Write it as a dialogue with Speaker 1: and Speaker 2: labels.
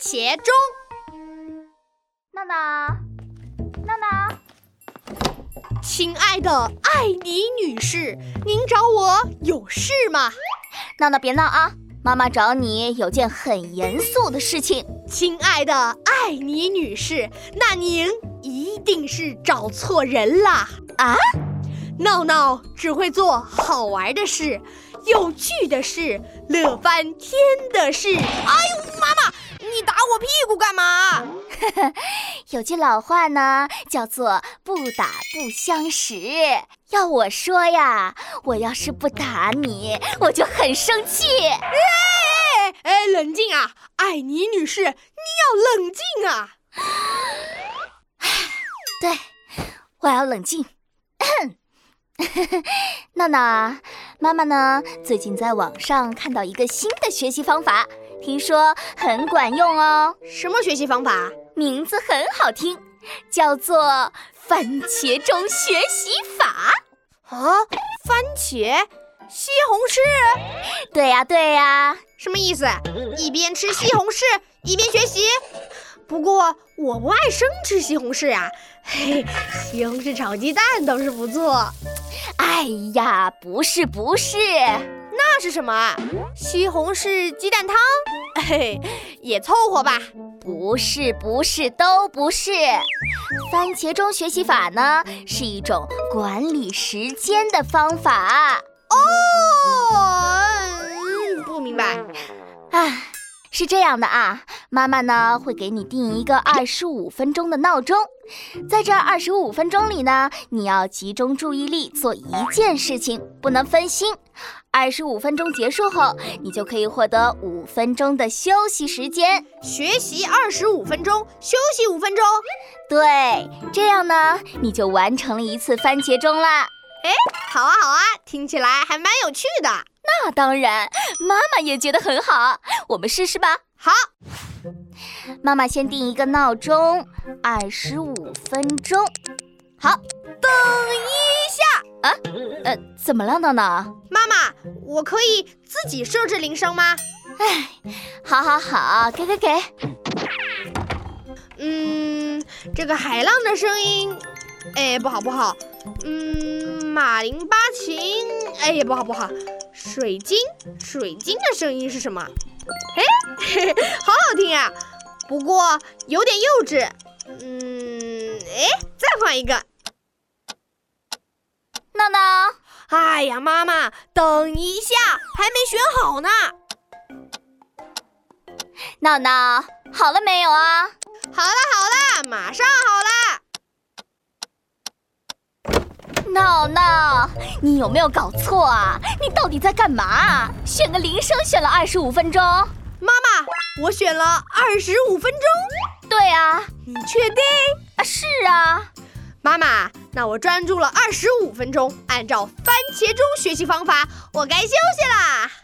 Speaker 1: 节中。
Speaker 2: 娜娜，娜娜，
Speaker 1: 亲爱的艾迪女士，您找我有事吗？
Speaker 2: 娜娜别闹啊！妈妈找你有件很严肃的事情。
Speaker 1: 亲爱的艾妮女士，那您一定是找错人啦！
Speaker 2: 啊，
Speaker 1: 闹闹只会做好玩的事、有趣的事、乐翻天的事。哎呦，妈妈，你打我屁股干嘛？
Speaker 2: 有句老话呢，叫做“不打不相识”。要我说呀，我要是不打你，我就很生气。
Speaker 1: 哎哎，冷静啊，艾妮女士，你要冷静啊！
Speaker 2: 对，我要冷静。 娜娜，妈妈呢？最近在网上看到一个新的学习方法，听说很管用哦，
Speaker 1: 什么学习方法？啊
Speaker 2: 名字很好听，叫做“番茄钟学习法
Speaker 1: 啊，番茄、西红柿，”。
Speaker 2: 对呀、对呀、
Speaker 1: 什么意思？一边吃西红柿一边学习？不过我不爱生吃西红柿啊，嘿，西红柿炒鸡蛋倒是不错。
Speaker 2: 哎呀，不是不是，
Speaker 1: 那是什么啊？西红柿鸡蛋汤？嘿，也凑合吧。
Speaker 2: 不是不是，都不是。番茄钟学习法呢，是一种管理时间的方法。
Speaker 1: 哦，嗯不明白。
Speaker 2: 啊，是这样的啊，妈妈呢会给你定一个二十五分钟的闹钟，在这二十五分钟里呢，你要集中注意力做一件事情，不能分心。二十五分钟结束后，你就可以获得五分钟的休息时间。
Speaker 1: 学习二十五分钟，休息五分钟。
Speaker 2: 对，这样呢，你就完成了一次番茄钟啦。
Speaker 1: 好啊，好啊，听起来还蛮有趣的。
Speaker 2: 那当然，妈妈也觉得很好，我们试试吧。
Speaker 1: 好，
Speaker 2: 妈妈先定一个闹钟，二十五分钟。好，
Speaker 1: 等一下，
Speaker 2: 呃，怎么了，闹闹？
Speaker 1: 妈妈，我可以自己设置铃声吗？
Speaker 2: 好好好，给给给，
Speaker 1: 嗯，这个海浪的声音，哎，不好不好。嗯，马林巴琴，哎，也不好不好。水晶，水晶的声音是什么？哎， 好好听啊，不过有点幼稚。嗯，哎，再换一个。
Speaker 2: 闹闹，
Speaker 1: 哎呀，妈妈，等一下，还没选好呢。
Speaker 2: 闹闹，好了没有啊？
Speaker 1: 好了好了，马上好了。
Speaker 2: 闹闹，你有没有搞错啊？你到底在干嘛啊？选个铃声选了二十五分钟。
Speaker 1: 妈妈，我选了二十五分钟，
Speaker 2: 对啊，
Speaker 1: 你确定？
Speaker 2: 啊是啊，
Speaker 1: 妈妈，那我专注了二十五分钟，按照番茄钟学习方法，我该休息啦。哦啊哎